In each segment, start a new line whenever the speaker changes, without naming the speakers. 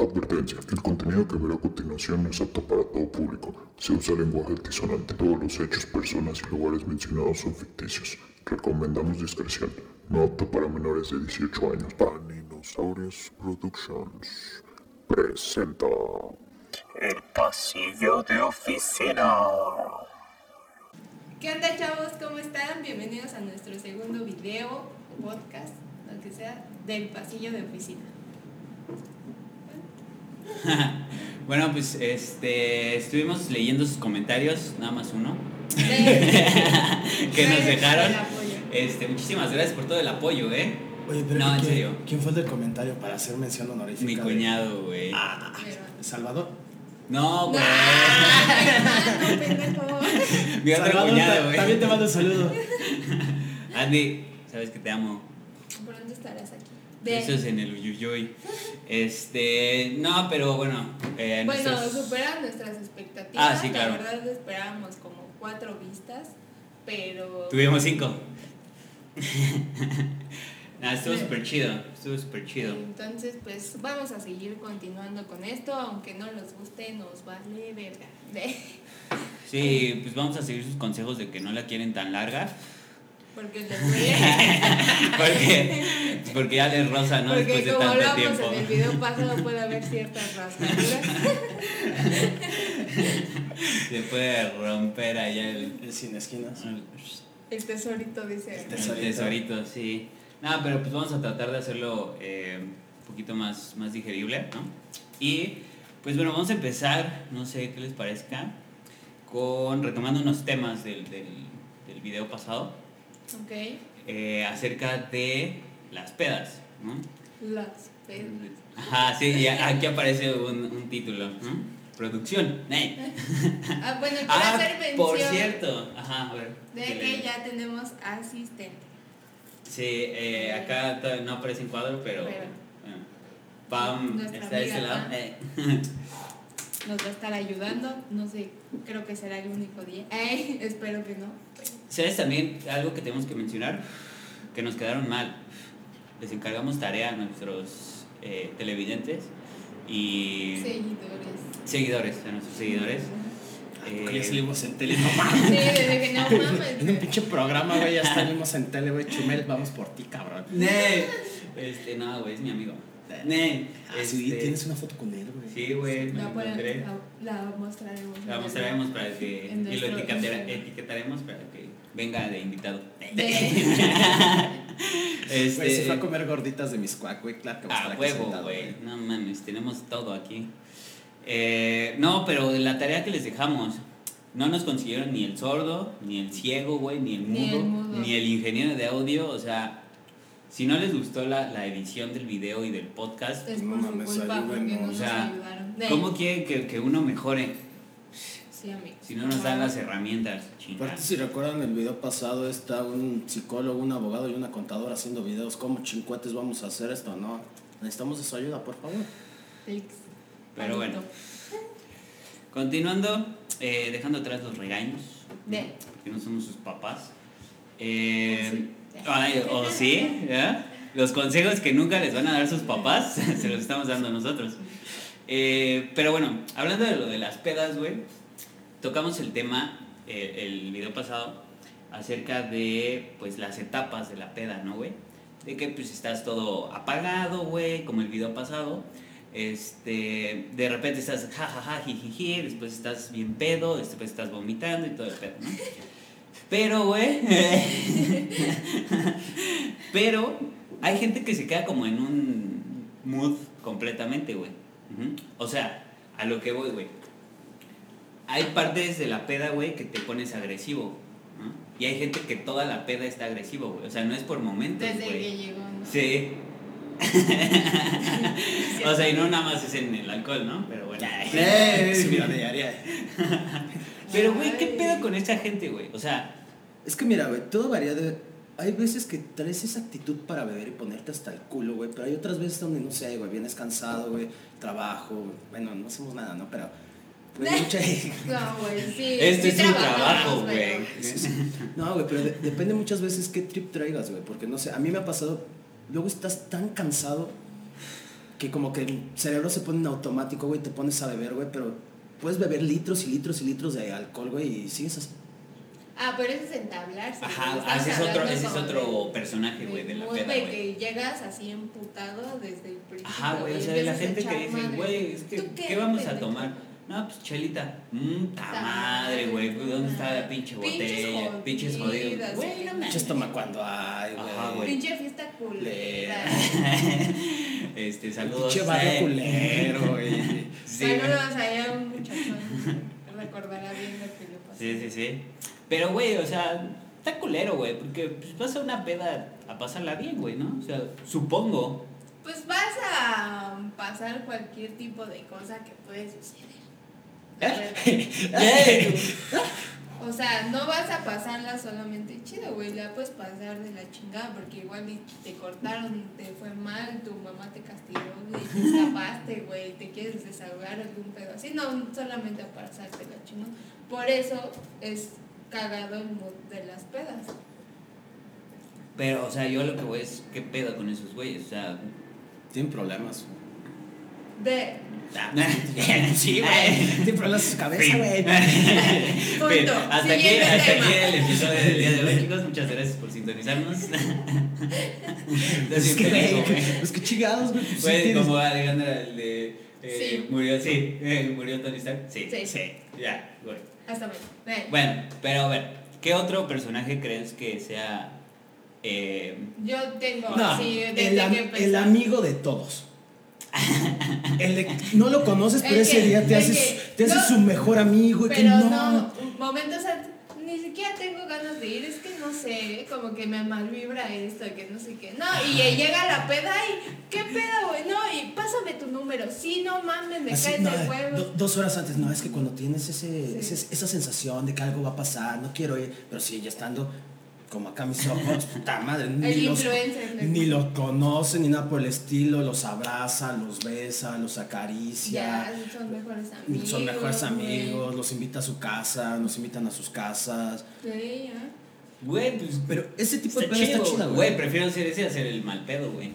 Advertencia, el contenido que verá a continuación no es apto para todo público. Se usa lenguaje altisonante. Todos los hechos, personas y lugares mencionados son ficticios. Recomendamos discreción. No apto para menores de 18 años. Paninosaurus Productions presenta
El pasillo de oficina.
¿Qué onda chavos? ¿Cómo están? Bienvenidos a nuestro segundo video, podcast, lo que sea, del pasillo de oficina.
Bueno, pues este estuvimos leyendo sus comentarios, nada más uno, que nos
Gracias
dejaron.
por el apoyo.
Este, muchísimas gracias por todo el apoyo, eh.
Oye, pero
No, en
¿quién,
serio.
¿quién fue el del comentario para hacer mención honorífica?
Mi
de-
cuñado, güey.
Ah. Salvador.
No, güey.
Ay, pendejo.
Mi otro
Salvador, ta-
cuñado,
también
güey.
te mando un saludo.
Andy, sabes que te amo.
Pronto estarás aquí.
Eso es en el Uyuyuy. Este, no, pero bueno. eh,
Bueno,
nuestros-
superan nuestras expectativas.
Ah, sí, claro.
La verdad esperábamos como cuatro vistas, pero...
Tuvimos cinco. Nada, estuvo súper chido. Estuvo súper chido.
Entonces, pues vamos a seguir continuando con esto, aunque no nos guste, nos vale verga.
Sí, pues vamos a seguir sus consejos de que no la quieren tan larga.
Porque les voy a...
Porque, porque ya les rosa, ¿no?
Porque
Después de
como
tanto
hablamos
tiempo.
en el video pasado puede haber ciertas rasgaduras.
Se puede romper allá el,
El Sin esquinas.
el
El tesorito dice.
Tesorito.
tesorito, sí. Nada, pero pues vamos a tratar de hacerlo eh, un poquito más, más digerible, ¿no? Y pues bueno, vamos a empezar, no sé qué les parezca, con retomando unos temas del, del, del video pasado
Ok.
eh, acerca de las pedas, ¿no?
Las pedas.
Ajá, sí, y a- aquí aparece un, un título, ¿no? Producción. ¡Ey!
Ah, bueno, quiero
Ah,
hacer mención
por cierto. Ajá, a ver.
de
que
que
le-
ya tenemos asistente.
Sí, eh, acá todavía no aparece en cuadro, pero.
Pero-
bueno. Pam,
Nuestra
está de
amiga
ese lado.
Pam.
Eh,
Nos va a estar ayudando. No sé, creo que será el único día. Ay, espero que no.
¿Sabes también algo que tenemos que mencionar? Que nos quedaron mal. Les encargamos tarea a nuestros eh, televidentes y
Seguidores.
seguidores, a nuestros seguidores.
Ah, Porque
Eh,
ya salimos en tele, no mames.
Sí, desde que no mames.
En un pinche programa, güey, ya salimos en tele, güey. Chumel, vamos por ti, cabrón.
¡Nee! Este, no, güey, es mi amigo. ¡Nee!
Ah, sí,
Este,
tienes una foto con él, güey.
Sí, güey, me
La,
lo
pone-
encontré.
la, la mostraremos.
La mostraremos para que.
En
Y lo
nuestro
etiquetare-
Instagram.
etiquetaremos para que venga de invitado.
De-
Este,
Güey, se Pues, fue a comer gorditas de mis cuac, güey. Claro que va a estar
a
aquí
huevo,
sentado,
güey. No mames, tenemos todo aquí. Eh, no, pero de la tarea que les dejamos, no nos consiguieron ni el sordo, ni el ciego, güey, ni el
Ni el
mudo,
mudo.
ni el ingeniero de audio. O sea, si no les gustó la, la edición del video y del podcast,
Es
No
por su
mames,
culpa porque
ayúdenos.
no
o
nos
sea,
ayudaron. De-
¿cómo quieren que, que uno mejore
Sí, amigo.
si no nos dan las herramientas? Chingada.
Aparte, si recuerdan el video pasado, está un psicólogo, un abogado y una contadora haciendo videos. ¿Cómo chincuates vamos a hacer esto? No. Necesitamos de su ayuda, por favor.
Ex.
Pero bueno. Continuando, eh, dejando atrás los regaños, ¿no?
De.
porque no somos sus papás. Eh,
O sí.
ay, o sí, ¿ya? los consejos que nunca les van a dar sus papás, se los estamos dando nosotros. Eh, pero bueno, hablando de lo de las pedas, güey, tocamos el tema, eh, el video pasado, acerca de pues las etapas de la peda, ¿no, güey? De que pues estás todo apagado, güey, como el video pasado. Este, de repente estás jajaja, jijiji, después estás bien pedo, después estás vomitando y todo el pedo, ¿no? Pero, güey, pero hay gente que se queda como en un mood completamente, güey. Ujú. O sea, a lo que voy, güey. Hay partes de la peda, güey, que te pones agresivo. ¿no? Y hay gente que toda la peda está agresivo, güey. O sea, no es por momentos,
Desde que
güey.
llegó, ¿no?
pues, Sí. o sea, y no nada más es en el alcohol, ¿no? Pero bueno.
Subida diaria.
Pero, güey, ¿qué
Ay.
pedo con esa gente, güey? O sea,
Es que mira, güey, todo varía de... Hay veces que traes esa actitud para beber y ponerte hasta el culo, güey, pero hay otras veces donde no sé, güey, vienes cansado, güey, trabajo, güey, bueno, no hacemos nada, ¿no? Pero... güey, mucha-
No, güey, sí.
este
sí
es un
trabajamos,
trabajo,
pero-
güey.
No, güey, pero de- depende muchas veces qué trip traigas, güey, porque no sé, a mí me ha pasado, luego estás tan cansado que como que el cerebro se pone en automático, güey, te pones a beber, güey, pero puedes beber litros y litros y litros de alcohol, güey, y sigues así.
Ah, pero ese es entablarse.
Ajá,
Estás
ah, ese es
hablando
otro, ese es
como
otro
de-
personaje, güey, de la
muy
peda,
de
güey.
que llegas así emputado desde el principio.
Ajá, güey, o sea, de la
empiezas a
gente que
echar
dice,
madre.
güey, es que,
¿Tú
¿qué vamos a
pendejo?
tomar? No, pues chelita. Mmm, ta madre, güey, pues, ¿dónde está la
Pinches
pinche botella? Pinches jodidos.
jodidas,
Güey, no
Pinches
manches.
toma cuando hay, güey.
Ajá, güey.
Pinche fiesta culera.
Este, saludos.
Pinche barrio
eh.
culero, güey.
Sí, güey.
Saludos allá a un muchachón. Recordará bien lo que le pasó.
Sí, sí, sí. Pero, güey, o sea, está culero, güey, porque pues, vas a una peda a pasarla bien, güey, ¿no? O sea, supongo.
Pues vas a pasar cualquier tipo de cosa que puede suceder. La
¿Eh?
verdad. O sea, no vas a pasarla solamente chido, güey. La puedes pasar de la chingada porque igual y te cortaron, te fue mal, tu mamá te castigó, güey, te escapaste, güey, te quieres desahogar algún pedo así. No, solamente a pasarte la chingada. Por eso es cagado el mood de las pedas.
Pero, o sea, yo lo que voy es, ¿qué pedo con esos güeyes? O sea,
Tienen problemas. güey.
De
sí,
Ah, Tienen problemas en su cabeza, güey.
Punto.
Pero hasta aquí,
Siguiente
hasta
tema.
aquí el episodio del día de hoy, chicos. Muchas gracias por sintonizarnos. Estás
Es que,
bien pendejo,
güey,
güey.
es que chingados, güey. pues, sí
Fue
tienes-
como Alejandra, el de. eh,
Sí.
Murió, sí. eh, murió Tony Stark. Sí.
Sí.
Ya, güey.
Hasta mañana. Bye.
Bueno, pero a ver, ¿qué otro personaje crees que sea. eh,
Yo tengo
No,
así desde
el, am-
que empecé.
el amigo de todos. El de- no lo conoces, pero
El
ese
que-
día te
el
haces,
que-
te haces
no,
su mejor amigo. Y que
Pero no, momentos antes, ni siquiera tengo ganas de ir, es que no sé, como que me malvibra esto, que no sé qué. No, y llega la peda y, ¿qué pedo, güey? No, y pásame tu número. Sí, no mames, me
Así,
caes
no,
de huevo.
do- dos horas antes, no, es que cuando tienes ese,
Sí.
ese- esa sensación de que algo va a pasar, no quiero ir, pero sí, ya estando como acá mis ojos, puta madre,
el
ni los,
influencer. ¿no?
ni los conocen ni nada por el estilo, los abraza, los besa, los acaricia.
Ya, son mejores amigos.
son mejores
güey.
amigos, los invita a su casa, nos invitan a sus casas.
Sí, ya.
Güey, pues.
Pero ese tipo de
Está
pedo está
chido,
chida,
güey.
güey.
Prefiero ser ese a ser el mal pedo, güey.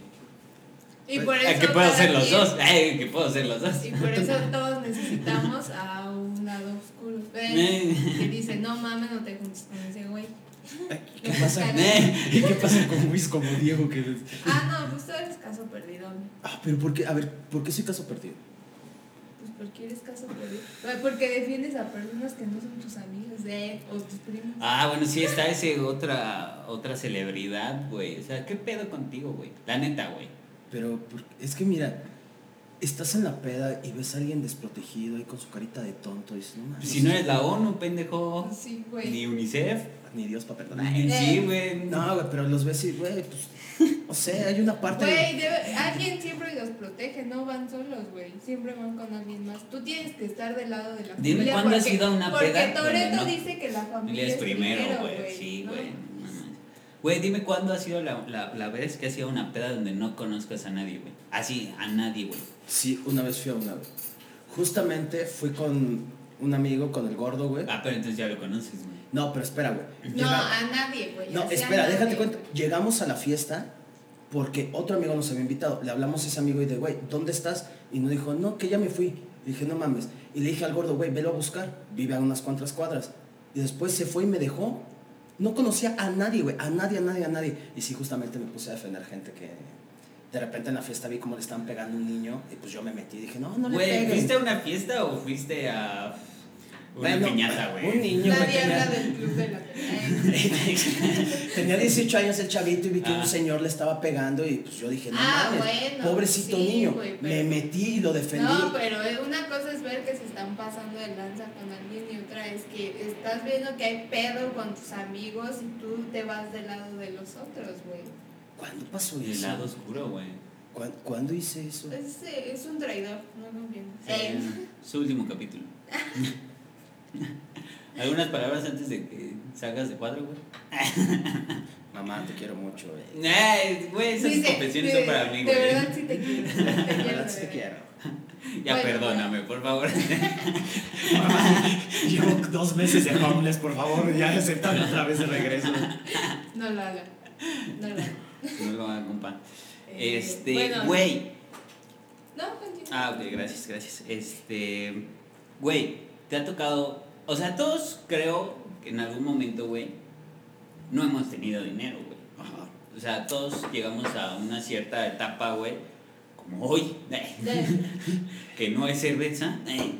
Y
Pues,
por
Eh,
eso.
Que puedo
cada
ser los
quien-
dos. Ay, que puedo ser los dos.
Y por eso todos necesitamos a un lado oscuro. Eh, Que dice, no mames, no te juntes con ese güey.
¿Qué pasa?
Eh.
¿Y qué pasa con Luis como Diego? Que...
Ah, no, pues tú eres caso perdido.
Ah, pero ¿por qué? A ver, ¿por qué soy caso perdido?
Pues porque eres caso perdido. Ay, Porque defiendes a personas que no son tus amigas de, o tus primos.
Ah, bueno, sí, está ese otra otra celebridad, güey. O sea, ¿qué pedo contigo, güey? La neta, güey.
Pero por- es que mira, estás en la peda y ves a alguien desprotegido ahí con su carita de tonto y dices, no mames.
Si no eres la ONU, pendejo.
Sí,
Ni
güey.
UNICEF.
Ni Dios para perdonar.
Ni sí, güey.
No, güey, pero los ves y, güey, pues, no sé, hay una parte...
Güey, debe- alguien siempre los protege, no van solos, güey. Siempre van con alguien más. Tú tienes que estar del lado de la
Dime,
familia.
¿cuándo has
porque-
ido a una
porque
peda donde
Toreto
no-
dice que la
Él
familia
es
es
primero, güey.
güey.
Sí,
¿no?
güey. No mames. Güey, dime cuándo ha sido la, la, la vez que ha sido una peda donde no conozcas a nadie, güey. Así, a nadie, güey.
Sí, una vez fui a una, güey. Justamente fui con un amigo, con el gordo, güey.
Ah, pero entonces ya lo conoces, güey.
No, pero espera, güey.
No,
Llega-
a nadie, güey.
No,
así a
espera,
nadie,
déjate
güey.
cuenta. Llegamos a la fiesta porque otro amigo nos había invitado. Le hablamos a ese amigo y de, güey, ¿dónde estás? Y nos dijo, no, que ya me fui. Y dije, no mames. Y le dije al gordo, güey, velo a buscar. Vive a unas cuantas cuadras. Y después se fue y me dejó. No conocía a nadie, güey. A nadie, a nadie, a nadie. Y sí, justamente me puse a defender gente que... De repente en la fiesta vi cómo le estaban pegando a un niño. Y pues yo me metí y dije, no, no le
Güey,
peguen.
¿fuiste a una fiesta o fuiste a una
Bueno,
piñata, güey?
Un niño, güey,
Nadie
tenía-
habla del club de la ¿eh? pelea.
Tenía 18 años el chavito y vi que
Ah.
un señor le estaba pegando y pues yo dije, no
Ah,
mames,
bueno,
pobrecito
sí,
niño.
güey,
Me
pero-
metí y lo defendí.
No, pero eh, una cosa es ver que se están pasando de lanza con alguien y otra es que estás viendo que hay pedo con tus amigos y tú te vas del lado de los otros, güey.
¿Cuándo pasó
El
eso?
lado oscuro, güey.
¿Cuán- ¿Cuándo hice eso?
Es, eh, es un traidor, no no bien.
Eh, Su último capítulo. ¿Algunas palabras antes de que salgas de cuadro, güey?
Mamá, te quiero mucho. eh. güey.
Ay, Güey, esas confesiones son para mí,
De
güey.
verdad sí te quiero. sí te
La
quiero,
verdad sí
de
te quiero.
Ya
Bueno,
perdóname, por favor.
Llevo dos meses de homeless, por favor, ya aceptame otra vez de regreso.
verdad. No lo haga. No lo haga.
no lo hagan, compa.
Eh,
Este,
bueno,
güey. Ah, ok, gracias, gracias. Este, güey, te ha tocado, o sea, todos creo que en algún momento, güey, no hemos tenido dinero, güey. O sea, todos llegamos a una cierta etapa, güey, como hoy, que no es cerveza, eh,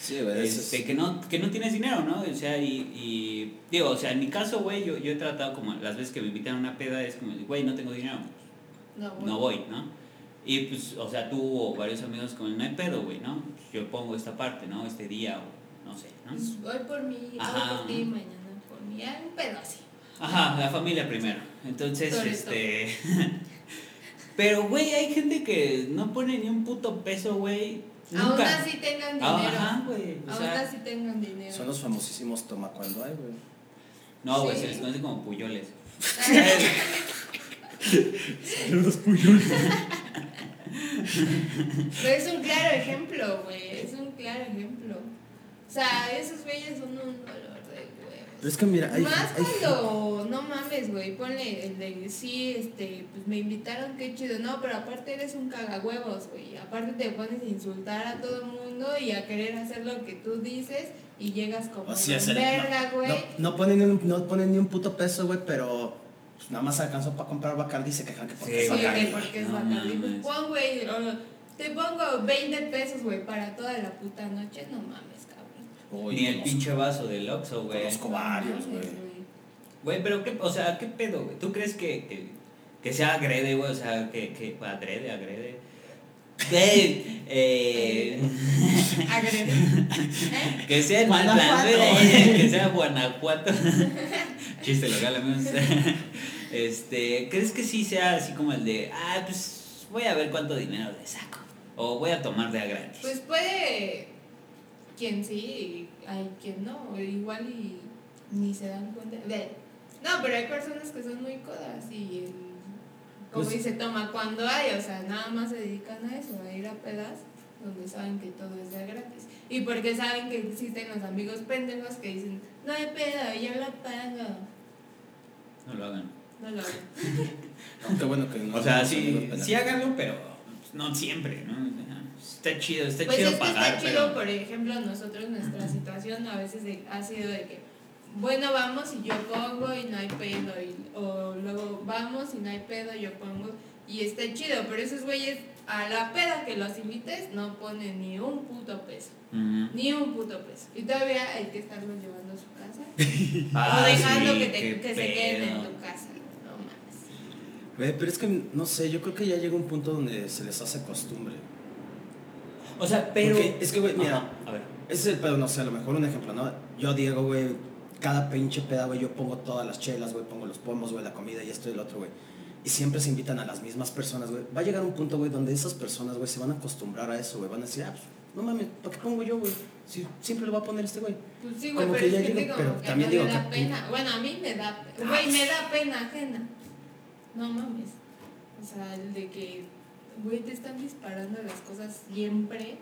Sí, güey. eso es-
este, que, no, que no tienes dinero, ¿no? O sea, y, y digo, o sea, en mi caso, güey, yo, yo he tratado como las veces que me invitan a una peda, es como, güey, no tengo dinero, pues,
No, voy.
no voy, ¿no? Y pues, o sea, tú o varios amigos como, no hay pedo, güey, ¿no? Yo pongo esta parte, ¿no? Este día, o no sé, ¿no?
Pues, Voy por mí, hoy
Ajá.
por ti, mañana por mí. Ah, un pedo así.
Ajá, la familia primero. Entonces,
Sobre
este. Pero, güey, hay gente que no pone ni un puto peso, güey.
Aún
Nunca.
así tengan
Ah,
dinero.
Ajá, güey. O
Aún
sea,
así tengan dinero.
Son los famosísimos toma cuando hay, güey.
no, güey,
Sí.
se les conoce como puyoles.
Pero es un claro ejemplo, güey. Es un claro ejemplo. O sea, esos güeyes son un dolor de huevos.
Pero es que mira, hay.
Más
hay-
cuando, no mames, güey, ponle el de, sí, este, pues me invitaron, qué chido, no, pero aparte eres un cagahuevos, güey, aparte te pones a insultar a todo el mundo y a querer hacer lo que tú dices y llegas como
O sea,
con
se- no-
verga, güey.
No, no ponen, ni un- no ponen ni un puto peso, güey, pero pues, nada más alcanzó para comprar Bacardi y se quejan que porque
Sí,
es
Sí,
Bacardi.
Bacardi.
güey, porque es
No
Bacardi. Pues
mames.
pon, güey, o- te pongo 20 pesos, güey, para toda la puta noche, no mames, cabrón.
Uy,
Ni el
conozco-
pinche vaso del Oxxo, güey.
Conozco varios,
No mames,
güey.
Güey, pero qué, o sea, ¿qué pedo, güey? ¿Tú crees que, que, que sea agrede, güey? O sea, que, que agrede, agrede. Güey, eh,
Agrede. ¿Eh?
que sea en mal plan,
Guanajuato.
güey, que sea Guanajuato. Chiste local, amigos. Este, ¿crees que sí sea así como el de, ah, pues voy a ver cuánto dinero le saco? O voy a tomar de a gratis.
Pues puede quien sí, y hay quien no, igual y ni se dan cuenta. Ve, No, pero hay personas que son muy codas y el- como
Pues-
dice toma cuando hay, o sea, nada más se dedican a eso, a ir a pedas donde saben que todo es de gratis. Y porque saben que existen los amigos pendejos que dicen, no hay pedo, yo lo pago.
no lo hagan.
No lo hago.
Qué bueno que no.
O sea,
no se me
sí,
dio pena.
sí háganlo, pero no siempre, ¿no? Está chido, está
Pues
chido
es que
pagar,
está
pero...
chido, por ejemplo, nosotros nuestra situación a veces de- ha sido de que, bueno, vamos y yo pongo y no hay pedo, y- o luego vamos y no hay pedo, yo pongo, y está chido, pero esos güeyes a la peda que los invites no ponen ni un puto peso,
Ujú.
ni un puto peso, y todavía hay que estarlos llevando a su casa,
Ah,
o dejando
sí,
que, te-
qué
que se queden en
pedo.
tu casa, no mames.
Güey, pero es que no sé, yo creo que ya llega un punto donde se les hace costumbre.
O sea, pero.
Porque es que, güey, mira.
Ajá, a ver.
Ese es el pedo, no sé, a lo mejor un ejemplo, ¿no? Yo, Diego, güey, cada pinche peda, güey, yo pongo todas las chelas, güey, pongo los pomos, güey, la comida y esto y lo otro, güey. Y siempre se invitan a las mismas personas, güey. Va a llegar un punto, güey, donde esas personas, güey, se van a acostumbrar a eso, güey. Van a decir, ah, pues, no mames, ¿para qué pongo yo, güey? Si siempre lo va a poner este güey.
Pues sí, güey,
Como
pero
que
es
ya
que
llega-
digo,
pero
que
también
no le
digo
da
que-
pena. Bueno, a mí me da, güey, me da pena ajena. No mames. O sea, el de que, güey, te están disparando las cosas siempre.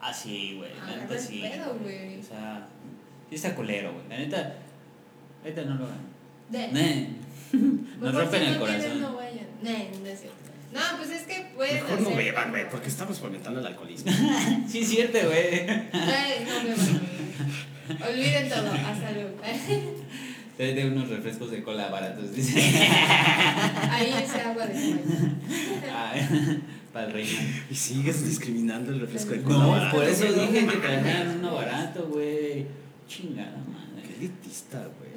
Ah, sí, güey. La
Ah,
neta sí.
respeto, güey.
O sea, sí está culero, güey. La neta. La neta no lo hagan.
De,
Ne.
por
Nos
Eh. Pues, si
rompen el
no tienen,
corazón.
No, vayan. Ne, no es cierto. No, pues es que pueden
Mejor no
hacer-
beban, güey, porque estamos fomentando el alcoholismo.
Sí, es cierto, güey.
Ay, no beban, güey. Olviden todo, hasta luego.
Debe de unos refrescos de cola baratos, dice.
Ahí es agua de cola.
Ay, Ah, Para el reino.
y sigues discriminando el refresco de cola.
No,
barata,
por eso
güey, no
dije que
mames.
trajeran uno barato, güey. Chingada
Qué
madre.
elitista, güey.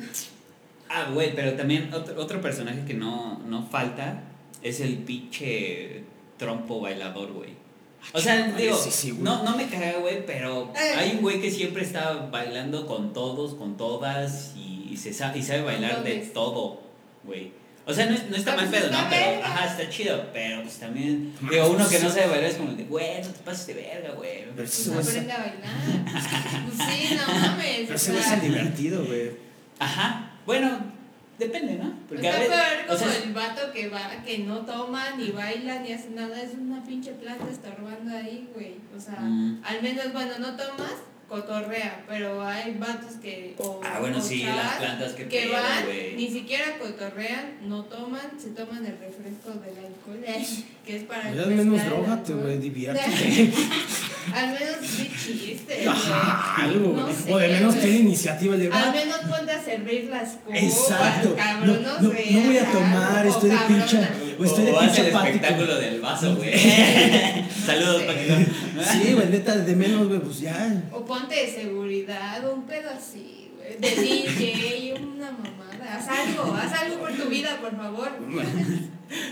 Ah, güey, pero también otro, otro personaje que no, no falta es el pinche trompo bailador, güey. O sea,
Ay,
digo,
sí, sí, güey.
no, no me caga, güey, pero
Eh.
hay un güey que siempre está bailando con todos, con todas, y, se sa- y sabe bailar de
Entonces.
todo, güey. O sea, no, es- no está
Ah,
mal
pues
pedo, ¿no?
está
Pero,
verga.
ajá, está chido, pero pues también,
Mames,
digo, uno
pues,
que no
sí.
sabe bailar es como, el de, güey, no te pases de verga, güey.
Pero
Pues
ese güey es-
aprende a bailar. Pues sí, no mames.
pero
o
ese güey es
sea.
el divertido, güey.
Ajá, bueno, depende, ¿no?
está peor
o
como
sea,
el vato que va, que no toma, ni baila, ni hace nada, es una pinche planta estorbando ahí, güey. O sea,
Mm.
al menos, bueno, no tomas, cotorrea, pero hay vatos que. O,
Ah, bueno,
o
sí,
chavas
las plantas que
que
pedo,
van,
güey.
ni siquiera cotorrean, no toman, se toman el refresco del alcohol, eh, que es para.
Ya
refrescar
Pues menos
el
drogate,
alcohol.
güey, diviértete.
Al menos sí chiste.
Ajá, algo,
No
güey.
sé,
o de menos
güey.
tiene iniciativa el de
Al
"Ah,
menos ponte a servir las copas.
Exacto.
Cabrón,
no,
no,
no,
sé, ah, oh,
no voy a
ajá,
tomar,
o
estoy de
cabrona.
pinche. O
Pues,
estoy de
O Oh, hace
pinche
el
apático.
espectáculo del vaso, güey. Saludos,
sé.
Paquito.
Sí, güey, neta, de menos, güey, pues ya.
O ponte de seguridad, un pedo así, güey. De DJ, una mamada. Haz algo, haz algo por tu vida, por favor.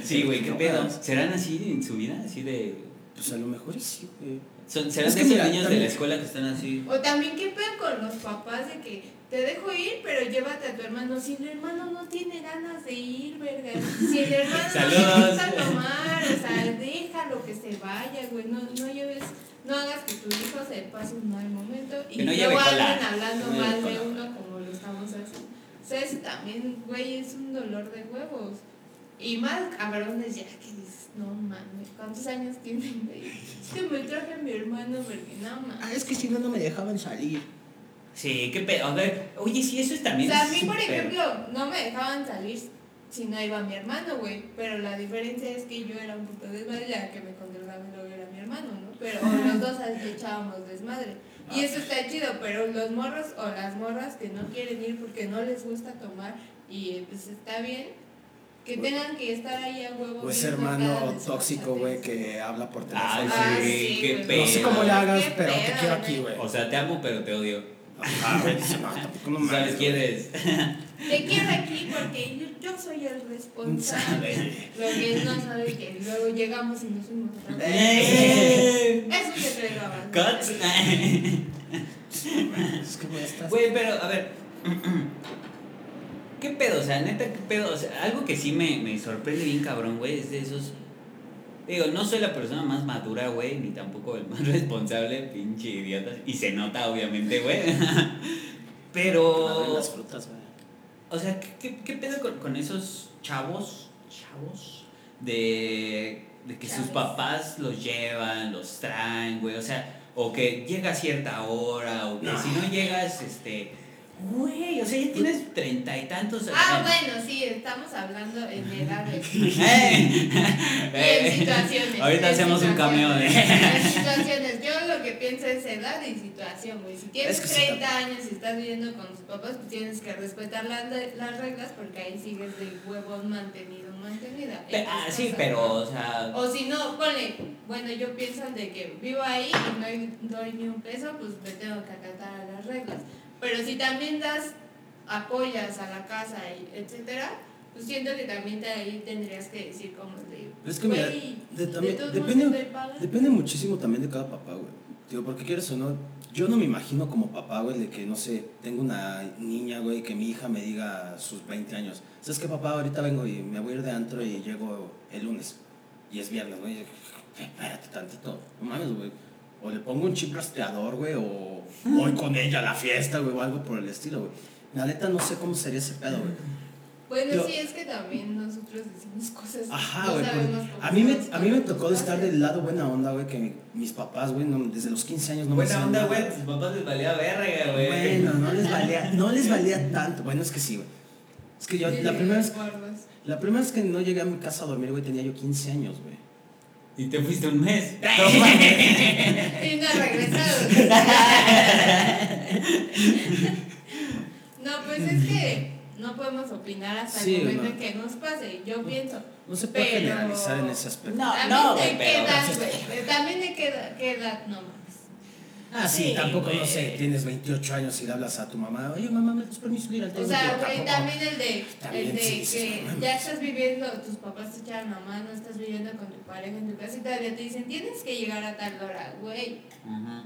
Sí, güey, qué pedo. ¿Serán así en su vida? Así de.
Pues a lo mejor y sí, güey.
son- ¿Serán
Es que
de esos
mira,
niños de
también-
la escuela que están así?
O también qué pedo con los papás de que te dejo ir, pero llévate a tu hermano. Si el hermano no tiene ganas de ir, verga. Si el hermano no
Saludos.
le gusta tomar, o sea, déjalo que se vaya, güey. No, no lleves, no hagas que tu hijo se pase un mal momento y
Que no
no
lleve cola.
anden hablando
No lleve
mal de
cola.
uno como lo estamos haciendo. O sea, eso también, güey, es un dolor de huevos. Y más cabrones ya que dices, no mames, ¿cuántos años tienen, güey? Es que me traje a mi hermano, porque no mames.
Ah, es que si no, no me dejaban salir.
Sí, qué pedo. A ver, oye, sí, eso es
O
también.
sea, a mí, por
súper-
ejemplo, no me dejaban salir si no iba mi hermano, güey. Pero la diferencia es que yo era un puto desmadre, ya que me controlaba y luego era mi hermano, ¿no? Pero o los dos a veces echábamos desmadre.
Ah,
Y eso está chido, pero los morros o las morras que no quieren ir porque no les gusta tomar y eh, pues está bien que tengan que estar ahí a huevo.
Pues
viendo cada
hermano
desmadre.
tóxico, güey, que habla por
Ay,
teléfono.
Ah,
sí,
sí,
qué
güey.
pedo.
no sé cómo le hagas,
Qué
pero te
pedo,
quiero aquí, güey.
O sea, te amo, pero te odio.
Ah, güey, dice, no, tampoco no
Tú sabes
mames.
quién eres.
Te quiero aquí porque yo, yo soy el responsable. Lo que no sabe que luego llegamos y nos fuimos a trabajar. Eso te traigo abajo.
Eh. Cuts.
Es que, güey, estás.
Güey, pero a ver. ¿Qué pedo? O sea, neta, ¿qué pedo? O sea, algo que sí me, me sorprende bien, cabrón, güey, es de esos. Digo, no soy la persona más madura, güey, ni tampoco el más responsable, pinche idiota. Y se nota, obviamente, güey.
Madre,
Pero.
las frutas, güey.
O sea, ¿qué, qué, qué pedo con, con esos chavos? Chavos. De, de que sus
Chaves.
papás los llevan, los traen, güey. O sea, o que llega a cierta hora, o que si no llegas, este. Güey, o sea, ya tienes treinta y tantos.
Ah, bueno, sí, estamos hablando en edades. Y
Eh, eh,
en situaciones.
Ahorita
en
hacemos un cameo
situaciones,
de.
En situaciones. Yo lo que pienso es edad y situación, güey. Si tienes
Es que sí,
30 años y estás viviendo con tus papás, pues tienes que respetar las, las reglas porque ahí sigues de huevón mantenido, mantenida.
Pe- ah,
Entonces,
sí,
pasa,
pero,
¿no?
o sea.
O si no, ponle, bueno, yo pienso de que vivo ahí y no hay- doy ni un peso, pues me tengo que acatar a las reglas. Pero si también das, apoyas a la casa, y etcétera, pues siento que también te, ahí tendrías que decir como de...
Es que mira,
"Güey,
de- también-
todos modos
depende,
estoy pagando".
depende muchísimo también de cada papá, güey. Digo, porque quieres o no, yo no me imagino como papá, güey, de que, no sé, tengo una niña, güey, que mi hija me diga a sus 20 años, ¿sabes qué, papá? Ahorita vengo y me voy a ir de antro y llego el lunes. Y es viernes, güey. y yo, Espérate tantito, no mames, güey. O le pongo un chip rastreador, güey, o voy con ella a la fiesta, güey, o algo por el estilo, güey. La neta no sé cómo sería ese pedo, güey.
Bueno,
yo-
sí, es que también nosotros decimos cosas...
Ajá,
no
güey. pues,
sabemos cómo
a, mí me,
son
a mí me
nuestras
tocó de estar
cosas.
del lado buena onda, güey, que mis papás, güey, no- desde los 15 años no me
buena
hacían
onda,
nada.
güey. pues, Tus papás les valía verga, güey.
Bueno, no les valía, no les valía tanto. Bueno, es que sí, güey. Es que yo,
Sí,
la primera, vez,
gordos.
la primera vez que no llegué a mi casa a dormir, güey, tenía yo 15 años, güey.
Y te fuiste un mes.
Y no ha regresado. no, pues es que no podemos opinar hasta
Sí,
el momento
no.
en que nos pase, yo pienso.
No se puede
Pero-
generalizar en ese aspecto.
No.
también de
güey,
qué
pero-
edad, güey, también de qué edad, qué edad no mames.
Ah, sí,
Sí,
tampoco, no
güey.
sé, tienes 28 años y le hablas a tu mamá, oye, mamá, ¿me das permiso de ir al
O
técnico?
sea, güey,
Tampoco.
también el de,
También
el de
sí, sí,
que
no mames.
ya estás viviendo, tus papás te echaron la mano, estás viviendo con tu pareja en tu casa y todavía te dicen, tienes que llegar a tal hora, güey.
Ajá.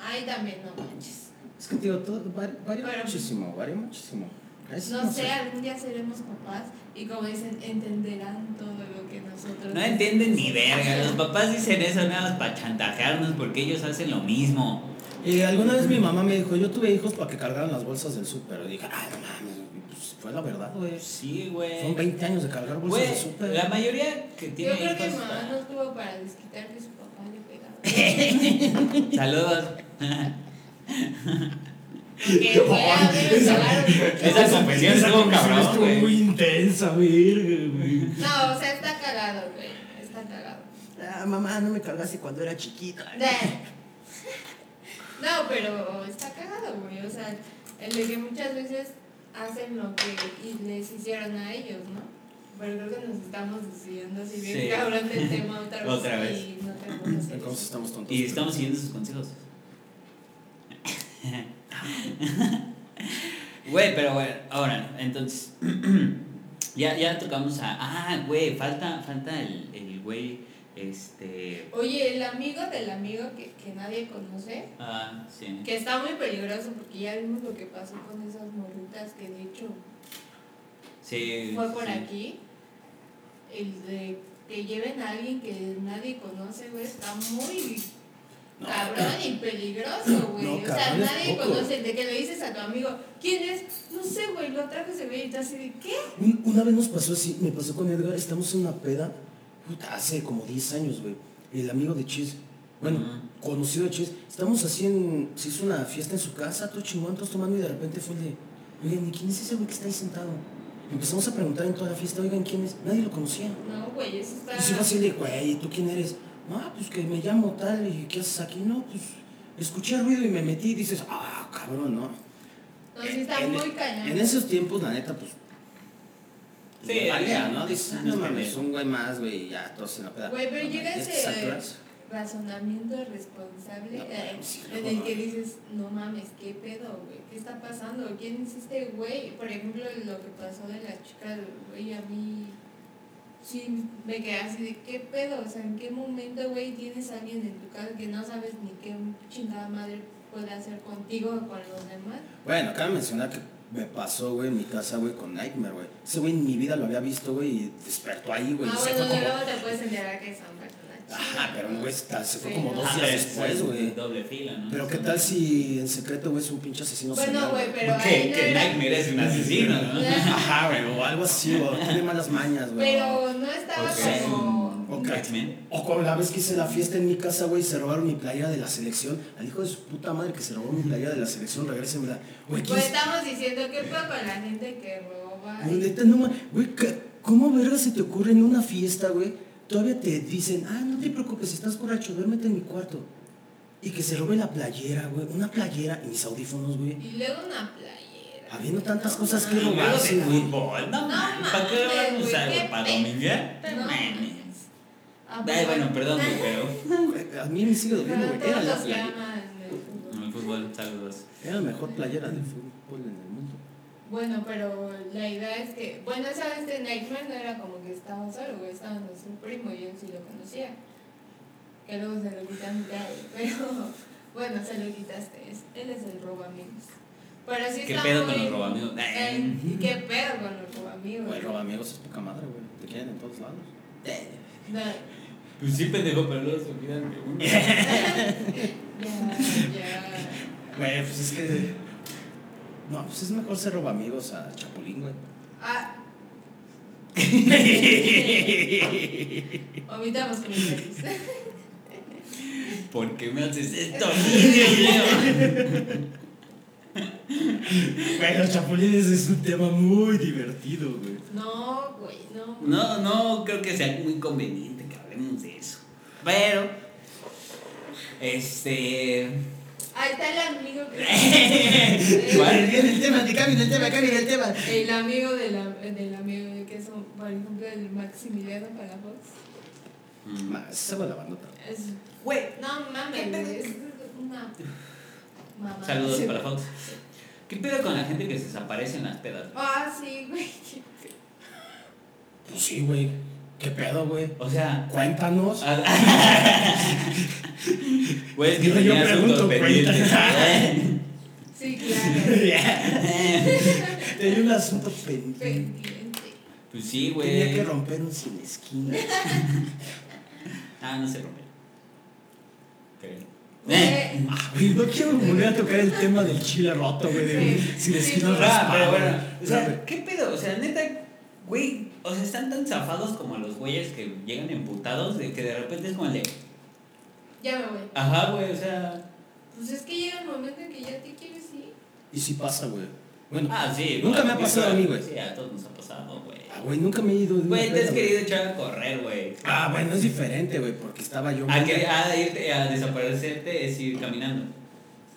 Ay, también no manches.
Es que, tío, todo varía, varía
Pero-
muchísimo, varía muchísimo. A veces
No sé, algún día seremos papás y como dicen, entenderán todo lo que nosotros...
No entienden ni verga. Los papás dicen eso nada más para chantajearnos porque ellos hacen lo mismo.
Y Eh, alguna vez mi mamá me dijo, yo tuve hijos para que cargaran las bolsas del súper. Y dije, ay, no mames, y pues fue la verdad, güey.
Sí,
Son
güey.
20 años de cargar bolsas
Güey,
del súper.
la mayoría que tiene
Yo creo que mi
hijos-
mamá no estuvo para desquitar que su papá le pegaba.
Saludos.
Que voy a ver el salario.
Esa confesión estuvo cabrón, güey.
muy intensa, verga, güey.
No, o sea, está cagado, güey. Está cagado.
Ah, mamá, no me cargaste cuando era chiquita.
No, pero está cagado, güey. O sea, el de que muchas veces hacen lo que y les hicieron a ellos, ¿no? Pero creo que nos estamos decidiendo así bien
Sí.
cabrón del tema otra vez.
Otra vez.
Y no tenemos que hacer
Entonces
eso.
estamos tontos.
Y estamos siguiendo sus consejos. Güey, pero güey, ahora, entonces, ya, ya tocamos a... Ah, güey, falta, falta el, el güey, este...
Oye, el amigo del amigo que, que nadie conoce,
Ah, sí.
que está muy peligroso porque ya vimos lo que pasó con esas morritas que de hecho
Sí.
fue por
sí.
aquí. El de que lleven a alguien que nadie conoce, güey, está muy
No,
cabrón y peligroso, güey.
No,
o sea,
cabrón es
nadie
poco.
conoce, de que le dices a tu amigo, ¿quién es? No sé, güey, lo trajo ese güey y tú así de, ¿qué?
Un- Una vez nos pasó así, me pasó con Edgar, estamos en una peda, puta, hace como 10 años, güey. El amigo de Chis, bueno,
Ujú.
conocido de Chis, estamos así en, se hizo una fiesta en su casa, todo chingón, todos tomando y de repente fue el de, oigan, ¿y quién es ese güey que está ahí sentado? Empezamos a preguntar en toda la fiesta, oigan, ¿quién es? Nadie lo conocía.
No, güey, eso está...
Y se fue así de, güey, ¿tú quién eres? No, pues que me llamo tal y ¿qué haces aquí? No, pues escuché ruido y me metí y dices, ah, cabrón, ¿no?
No, sí está
en, e,
muy cañón.
En esos tiempos, la neta, pues.
Sí,
le valía, ¿no?
no,
Dices,
no
ah, no
es
mames,
pelea.
un güey más, güey, ya, todos en la peda.
Güey, pero
No,
llega
a
ese-
estas alturas,
Razonamiento responsable
No,
eh,
no, sí,
en
no,
el
no.
que dices, no mames, ¿qué pedo, güey? ¿Qué está pasando? ¿Quién es este güey? Por ejemplo, lo que pasó de la chica, güey, a mí sí me quedé así de, ¿qué pedo? O sea, ¿en qué momento, güey, tienes a alguien en tu casa que no sabes ni qué chingada madre puede hacer contigo o con los demás?
Bueno, cabe mencionar que me pasó, güey, en mi casa, güey, con Nightmare, güey. Ese güey en mi vida lo había visto, güey, y despertó ahí, güey.
ah,
y se
bueno,
fue
de
como- Ah,
luego te puedes enterar que son personas chidas.
Ajá, pero un güey está- se fue
Sí,
como
no.
dos
Ah,
días
es-
después,
es
güey.
Doble fila, ¿no?
Pero qué tal si en secreto, güey, es un pinche asesino
Bueno,
serial,
güey, pero ahí
Que,
no
que
era-
Nightmare es un asesino, ¿no?
Ajá, güey, o algo así, o tiene malas mañas, güey.
Pero no estaba
Ok.
como...
Ok.
Nightmare.
O con la vez que hice la fiesta en mi casa, güey, se robaron mi playera de la selección. Al hijo de su puta madre que se robó mi playera de la selección, regrésenmela. Güey, ¿quién
Pues
es?
estamos diciendo que fue con la gente que roba.
Güey, neta, no ma- Güey, ca- ¿cómo verga se te ocurre en una fiesta, güey? Todavía te dicen, ah, no te preocupes, estás borracho, duérmete en mi cuarto. Y que se robe la playera, güey, una playera y mis audífonos, güey.
Y luego una playera.
Habiendo tantas cosas que
Y
No,
robar.
luego de
sí, güey.
fútbol, no
No
mames. ¿Para qué
mames,
van a
güey,
usar,
qué
güey? ¿Para
pe-
dominguear? No mames.
mames. Ah,
Ay, bueno, perdón, güey, pero.
Güey, A mí me sigue
Pero
doliendo, güey. Era
todos
la
los que
playera.
aman el fútbol.
En el fútbol, saludos.
Era la mejor playera de fútbol en el mundo.
Bueno, pero la idea es que, bueno, esa vez de Nightmare no era como que estaba solo, güey, estaba con su primo y él sí lo conocía. Que luego se lo quitan mitad, pero bueno, se lo quitaste, es- él es el robo amigos. Pero sí
¿Qué
está
pedo
muy-
con los robamigos?
Eh, ¿Qué pedo con los robamigos?
Güey, roba amigos es poca madre, güey. Te quieren en todos lados.
No,
Pues sí, pendejo, pero luego se olvidan de uno.
ya, ya.
Güey, pues es que. No, pues es mejor ser roba amigos a Chapulín, güey.
Ah. Omitamos comentarios.
¿Por qué me haces esto, niño?
Güey, los chapulines es un tema muy divertido, güey.
No, güey, no.
No, no creo que sea muy conveniente que hablemos de eso. Pero. Este.
Ahí está el amigo que.
¿Cuál?
Viene el tema, te cambia el tema, cambia el tema.
El amigo de la- del amigo de que es, un- por ejemplo, el Maximiliano Palafox.
Más, se va la bandota.
Es,
Güey,
no mames, güey, es una mamá.
Saludos para Fox. ¿Qué pedo con la gente que se desaparece en las pedas?
Ah, sí, güey.
Pues sí, güey. ¿Qué pedo, güey?
O sea.
Cuéntanos.
Güey, es que
Yo- yo
tenía asuntos
pregunto,
pendientes.
Sí,
Eh.
claro.
Tenía un asunto pendiente.
Pendiente.
Pues sí,
Tenía que
güey.
romper un sin esquina.
Ah, no se rompe. Eh, Creo.
Güey,
Güey, no quiero volver a tocar el tema del chile roto, güey. de-
Sí.
Si les
Sí,
quito
sí.
el
Ah, pero
raspado.
bueno, o
Espérame.
sea, ¿qué pedo? O sea, neta, güey, o sea, están tan zafados como los güeyes que llegan emputados de que de repente es como el de,
Ya me voy.
ajá, güey, o sea,
Pues es que llega el momento en que ya te quieres ir.
Y sí pasa, güey. Bueno,
Ah, sí.
nunca me
güey,
ha pasado a mí, güey.
Sí, a todos nos ha pasado, güey.
Ah, güey, nunca me he ido. de una
Güey, te
peda,
has querido echar a correr, güey.
Ah, bueno, es diferente, güey, porque estaba yo.
A, que, a irte, a desaparecerte es ir caminando.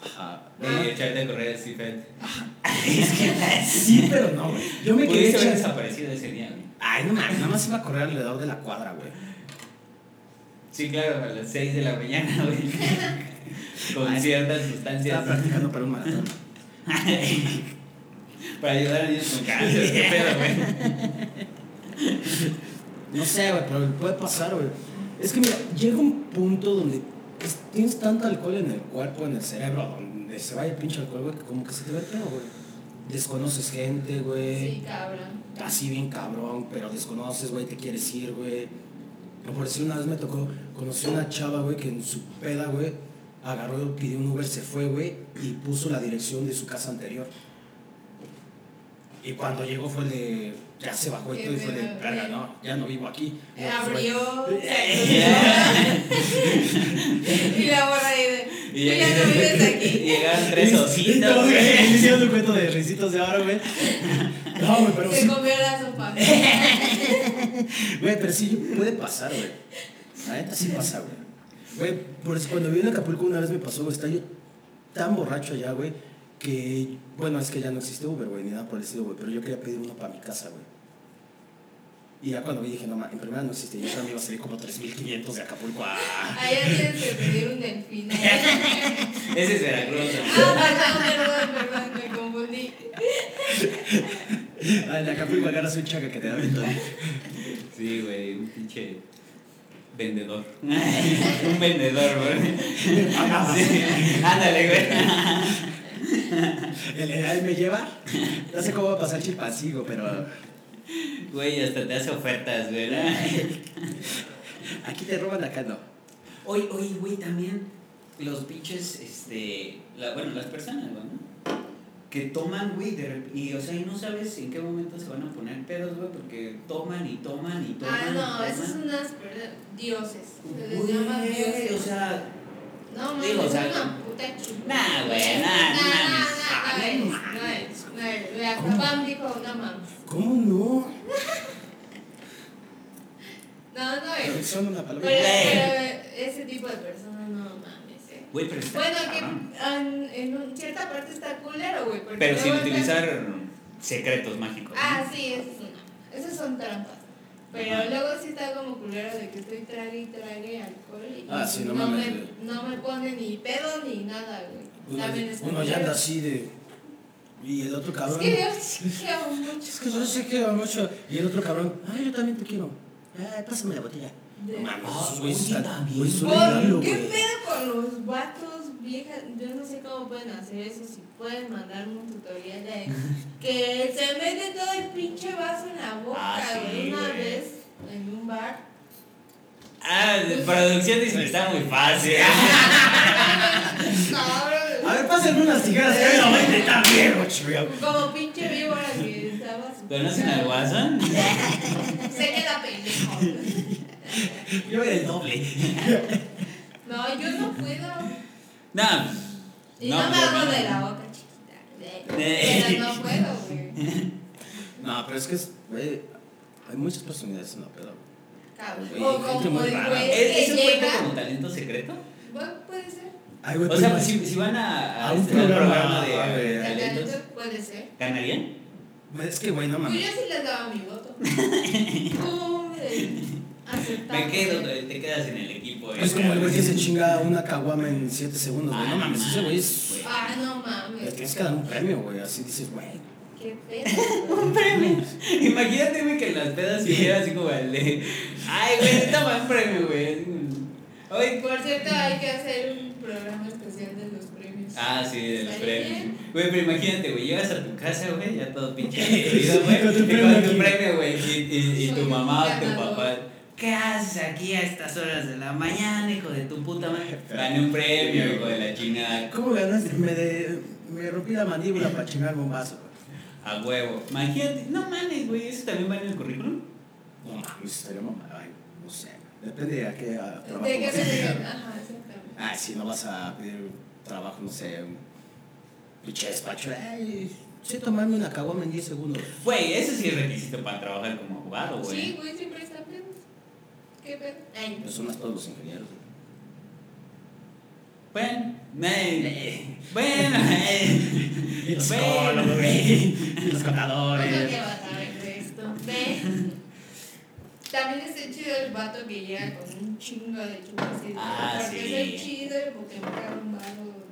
Ajá.
Y echarte a correr es diferente.
Ah, Es que sí, pero no, güey. Yo me quedé
Pudiste haber
echar.
desaparecido ese día, güey.
Ay, no mames, nada más iba a correr alrededor de la cuadra, güey.
Sí, claro, a las 6 de la mañana, güey. Con
Ay,
ciertas
Estaba
sustancias.
practicando para un maratón.
Para ayudar a niños con cáncer, qué pedo, güey.
No sé, güey, pero puede pasar, güey. Es que mira, llega un punto donde es- tienes tanto alcohol en el cuerpo, en el cerebro, donde se vaya el pinche alcohol, güey, que como que se te ve el pedo, güey. Desconoces gente, güey.
Sí, cabrón.
Así bien cabrón, pero desconoces, güey, te quieres ir, güey. O Por decir, una vez me tocó, conocí a una chava, güey, que en su peda, güey, agarró, pidió un Uber, se fue, güey, y puso la dirección de su casa anterior. Y cuando llegó fue de, ya se bajó y
Qué
todo, y fue de,
pedo, güey.
verga, no, ya no vivo aquí. Y yo, pues, güey,
Abrió.
Eh.
y la borra ahí de.
Y
"Tú ya no vives
y
aquí.
llegaron tres
Y
ositos,
todo,
güey.
güey, hicieron un cuento de risitos de ahora, güey. No, güey, pero
Se
sí,
comió la sopa.
Güey, pero sí puede pasar, güey. La neta sí pasa, güey. Güey, por eso cuando viví en Acapulco una vez me pasó, güey, estaba yo tan borracho allá, güey, que, bueno, es que ya no existe Uber, güey, ni nada por el estilo, güey, pero yo quería pedir uno para mi casa, güey. Y ya cuando vi dije, no, ma, en primera no existe, yo también iba a salir como 3.500 de Acapulco. ah.
Allá tienes que pedir un delfín.
Ese es Veracruz, güey.
Ah, perdón, perdón, perdón, me confundí.
Ah, En Acapulco agarras un chaca que te da ventón.
Sí, güey, un pinche vendedor. un vendedor, güey. Sí, Ándale, güey.
El edad me lleva, no sé cómo va a pasar Chilpancingo, pero
Güey, hasta te hace ofertas, güey. ¿no?
aquí te roban, acá no.
Oye, oye, güey, también los pinches, este, la- bueno, las personas, güey, ¿no? Que toman, güey, de rep- y, o sea, y no sabes en qué momento se van a poner pedos, güey, porque toman y toman y toman.
Ah,
y
no,
toman.
esos son unas per- dioses. Se les
Güey,
llama dioses.
o sea,
no, mames,
digo, o
es
sea,
una puta chingada.
nah, güey, nah, no mames.
nah, nah, no es, no es, no es. Güey, Hasta Pam dijo una mamá.
¿Cómo no?
No, no es.
Son una
Pero,
palabra.
pero ese tipo de personas no mames, eh.
Güey, pero está
Bueno,
cabrón.
que an- en un- cierta parte está culero, güey. porque
Pero sin
luego está-
utilizar secretos mágicos. ¿no?
Ah, sí, eso es una. Esas son trampas. Pero
Ajá.
luego sí está como culero de que estoy trague y trague alcohol y
Ah, sí, no
me,
mames, güey.
no me pone ni pedo ni nada, güey.
Uno,
También es
uno ya anda así de. Y el otro
Es
cabrón.
que yo sí quiero mucho.
Es que yo sé que va mucho. Y el otro cabrón. Ay, yo también te quiero. Ay, pásame la botella.
De-
No mames,
Ah,
esos güeyes
oye,
están-
también.
güey, son
Por-
regalo,
¿Qué
güey.
pedo con los vatos viejas? Yo no sé cómo pueden hacer eso, si pueden mandarme un tutorial de que se mete todo el pinche vaso en la boca
Ah, sí,
güey, una
güey.
vez en un bar.
Ah, de producción dice que está muy fácil.
A
Cabrón,
ver, pásenme unas cigarras. Que la vende también, güey.
Como pinche víbora que estaba su-
¿Conocen al Guasón?
Se queda pendejo.
Yo era el doble.
No, yo no puedo.
No.
Y no, me
yo
hago
no.
de la boca chiquita.
Eh.
Pero no puedo, güey.
No, pero es que es. Güey, hay muchas personalidades en la peda, güey.
Cabrón.
Güey,
O
gente
como
muy
el
rara.
güey
¿Es-
que
¿Eso cuenta
llega.
como talento secreto?
Bueno, puede ser.
Ay, güey,
O
pues,
sea,
güey,
pues, si, si van a,
A un
hacer un
programa,
programa de
a ver.
El
talentos,
talento puede ser.
¿ganarían?
güey, Es que, güey, no
Pues
mames.
yo sí les daba mi voto. Hombre, aceptable.
Me quedo, güey, te quedas en el equipo. eh.
Es como el güey que se chinga una caguama en 7 segundos, güey.
Ah,
No mames, ese güey es.
güey.
Ah, no mames.
Le tienes que dar un premio, güey. Así dices, güey.
Qué pedo. güey.
Imagínate, güey, que en las pedas hubiera así como el de. Ay, güey, toma un premio, güey. así como, Ay, pues.
Por cierto, hay que hacer un programa especial de los premios.
Ah, sí, de los
¿Estaría
premios.
bien?
Güey, pero imagínate, güey, llegas a tu casa, güey, ya todo pinche destruido, güey.
Con tu
y
premio
Con tu
aquí.
premio, güey. Y, y, y tu
Soy un
mamá o tu
ganador.
papá. ¿Qué haces aquí a estas horas de la mañana, hijo de tu puta madre? Gané un premio, hijo de la chingada.
¿Cómo ganaste? Me, de- me rompí la mandíbula para chingar bombazo, güey.
A huevo. Imagínate, no mames, güey, ¿eso también va en el currículum?
No mames, estaría mamá. Ay, no sé. Depende de a qué a, trabajo.
¿De qué
vas
se
a llegar.
Ajá, exactamente.
Ay, si no vas a pedir trabajo, no sé, un pinche despacho. Ay, sé tomarme una caguama en 10 segundos.
Güey, ese sí es requisito para trabajar como abogado, güey.
Sí, güey, siempre está pedo. ¿Qué pedo? Ay,
Pues son más todos los ingenieros. güey.
Bueno, me- bueno, eh.
Y los
Bueno. eh.
psicólogos, güey. Y los
Otro
contadores.
día vas a ver de esto. Ve. También está chido el vato que llega con un chingo de chupacito.
Ah,
porque
sí.
es chido y porque me cago un vago,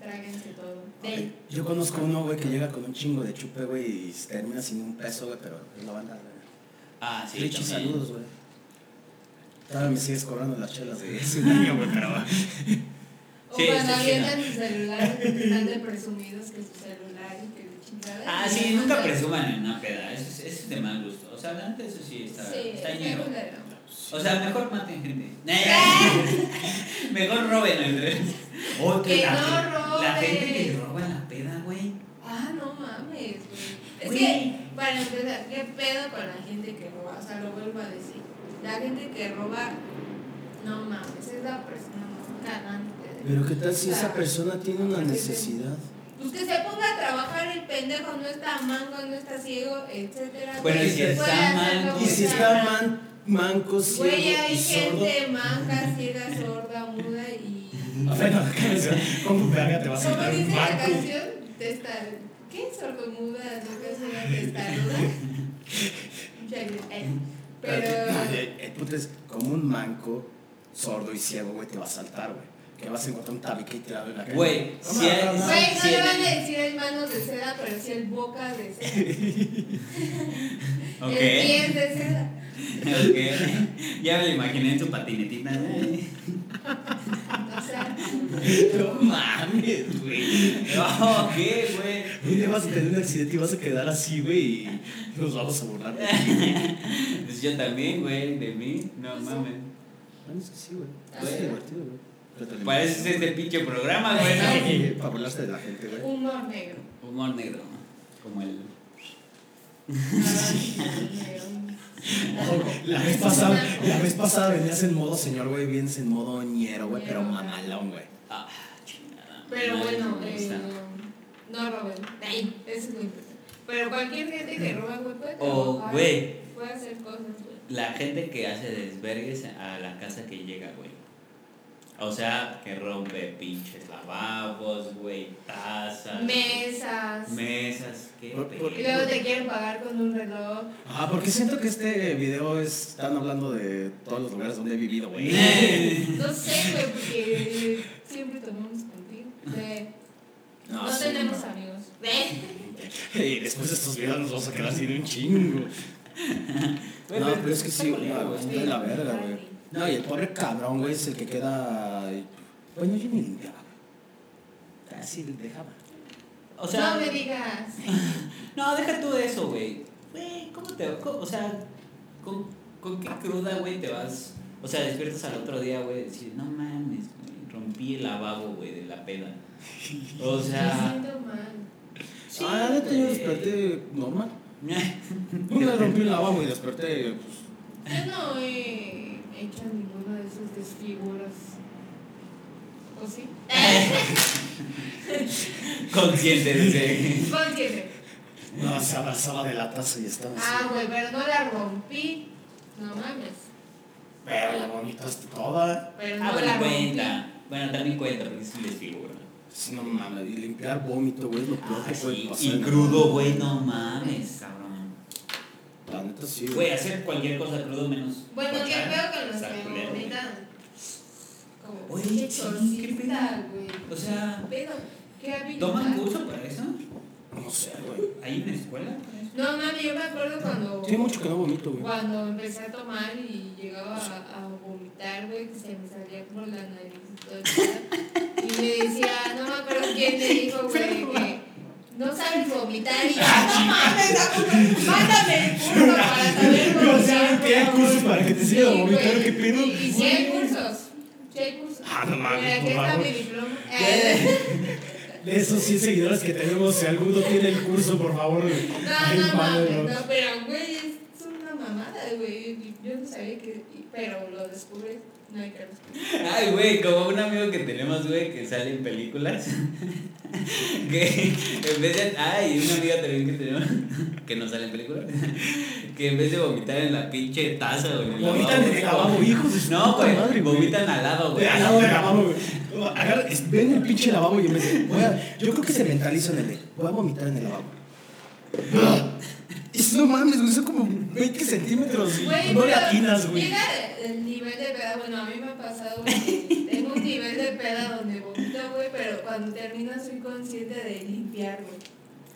tráguense todo. Ve.
Yo conozco uno, güey, que llega con un chingo de chupe, güey, y termina sin un peso, güey, pero es la banda, güey.
Ah, sí,
Richie,
también.
saludos, güey. Todavía me sigues cobrando las chelas de ese niño, güey, pero...
O
Sí,
cuando
sí, sí,
avientan su celular, están de presumidos que su celular y que la chingada.
Ah, sí, nunca presuman en una peda, eso es, eso es de mal gusto. O sea, la neta, eso sí está,
Sí,
está
está
ñero.
culero.
O sea, mejor maten gente. mejor roben el
Oh,
Que
la-
no
La gente que
roben.
roba en la peda, güey.
Ah, no mames, güey. Es
Güey.
que, para empezar, ¿qué pedo con la gente que roba? O sea, lo vuelvo a decir. La gente que roba, no mames, es la persona más cagante. de-
Pero qué tal si
O sea,
esa persona tiene una necesidad.
Pues que se ponga a trabajar el pendejo, no está mango, no está ciego, etcétera.
Bueno,
Pues,
y si
puede
está
hacer lo
manco.
que
Y si
sea.
está man, manco,
Güey,
ciego
hay
y sordo... eh,
gente manga, ciega, sorda, muda y.
Bueno, ¿cómo verga te vas a
Como
dar un
dice la
barco?
canción, testa. ¿Qué? Sordomuda, nunca se la testaruda. Ya, eh, Pero.
El punto eh, es, como un manco, sordo y ciego, güey, te va a saltar, güey. Que vas a encontrar un tabique y te va a ver la calle.
Güey,
No,
si
no,
hay-
no, no.
Güey, no
Sí,
le
en
van a
el-
decir el manos de seda, pero sí el boca de seda.
Ok.
El pies de seda.
Ok. Ya me lo imaginé en su patinetita. No
O sea,
No mames, güey.
ok, güey.
Un día vas a tener un accidente y vas a quedar así, güey, y nos vamos a burlar. de ti.
Pues yo también, güey, de mí. No mames.
Bueno, es que sí, güey.
Güey.
Es divertido, güey. Pero te lo
Parece ser
imaginas,
este pinche programa, güey.
güey.
¿no?
Sí, Para burlarse de la gente, güey.
humor negro.
Humor negro. Como el.
La vez pasada, la vez pasada venías en modo señor, güey, vienes en modo ñero, güey, pero mamalón, güey.
Ah, chingada.
Pero
Madre,
bueno,
cómo me
eh,
gusta.
no roben. Ay, eso es muy importante. Pero cualquier gente que roba, güey, puede
O,
trabajar,
güey.
Puede hacer cosas, güey.
La gente que hace desvergues a la casa que llega, güey. O sea, que rompe pinches lavabos, güey, tazas,
Mesas.
mesas, qué
Por- por-
Y
pedo.
luego te quieren pagar con un reloj.
Ah, porque siento que este video es, están hablando de todos los lugares donde he vivido, güey.
Eh,
No sé, güey, porque siempre tomamos contigo. Ve, No,
sí,
tenemos
no.
amigos. Ve.
Y después de estos videos nos vamos a quedar sin un chingo. No, pero es que sí, güey, está de la verga, güey. No, y el pobre cabrón, güey, es el que queda... Bueno, yo ni limpiaba. Casi dejaba.
O sea,
no me digas.
no, deja tú de eso, güey. Güey, ¿cómo te co- O sea, ¿con, con qué cruda, güey, te vas? O sea, despiertas al otro día, güey, y decir, no mames, güey, rompí el lavabo, güey, de la peda. O
Me
sea,
siento mal.
sí,
ah, neta, yo
güey.
desperté normal. Una rompí el lavabo y desperté, pues...
Yo no he hecho ninguno de esos desfiguros. ¿O sí?
Consciente de ese.
Consciente.
No, se abrazaba de la taza y estaba así.
Ah, güey, pero no la rompí. No mames.
Pero la vomitaste toda.
Pero
Ah,
no
bueno,
la rompí.
cuenta. Bueno, también cuenta, porque es un desfiguro.
Sí, no mames, y limpiar vómito, güey, pues, es lo peor que puede
Sí,
pasar.
y crudo, güey, no mames, cabrón.
La neta sí,
Güey,
güey.
hacer cualquier cosa crudo menos.
Bueno, ¿qué
guachar,
veo con los
está
que
culero, güey.
vomitan? Como
Oye,
pinche
sí, qué
chorcita, güey.
O sea,
Pero, ¿qué había?
¿toman curso para eso?
No sé, güey.
¿Hay una escuela para eso?
No, mami, yo me acuerdo cuando,
Tiene mucho que no vomito, güey.
cuando empecé a tomar y llegaba a, a vomitar, güey, que se me salía por la nariz y todo. chido. Y me decía, no me acuerdo quién me dijo, güey, que no sabes vomitar. Y yo, no mames, mándame el curso para saber
Yo sé
vomitar.
que hay
por
cursos
favor".
para que te sigan
Sí,
vomitando,
güey.
¿qué pedo?
Y, y sí hay cursos. Sí hay cursos.
Ah, no mames,
Mira, aquí
por
está
favor.
mi diploma. Eh,
De esos 100 seguidores que tenemos, si alguno tiene el curso, por favor.
No,
ahí
no
mándenlo.
mames, no, pero güey, es una mamada, güey. Yo no sabía que. Pero lo descubrí. No hay crema.
Ay, güey, como un amigo que tenemos, güey, que sale en películas. que en vez de. Ay, una amiga también que tenemos. que no sale en películas. que en vez de vomitar en la pinche taza, güey. en el
Vomitan
lavabo,
en el lavabo, hijos de su
No,
puta madre,
güey.
güey.
Vomitan al lado, güey.
Güey, al lado del lavabo, güey. Agarra- es- ven el pinche lavabo y en vez de.
Voy a- yo creo que se mentaliza en el de, voy a vomitar en el lavabo.
Es- No mames, güey, son como 20 centímetros.
Güey,
no le
pero
atinas, güey.
Llega el nivel de peda, bueno, a mí me ha pasado, güey. Tengo un nivel de peda donde vomito, güey, pero cuando termino soy consciente de limpiar, güey.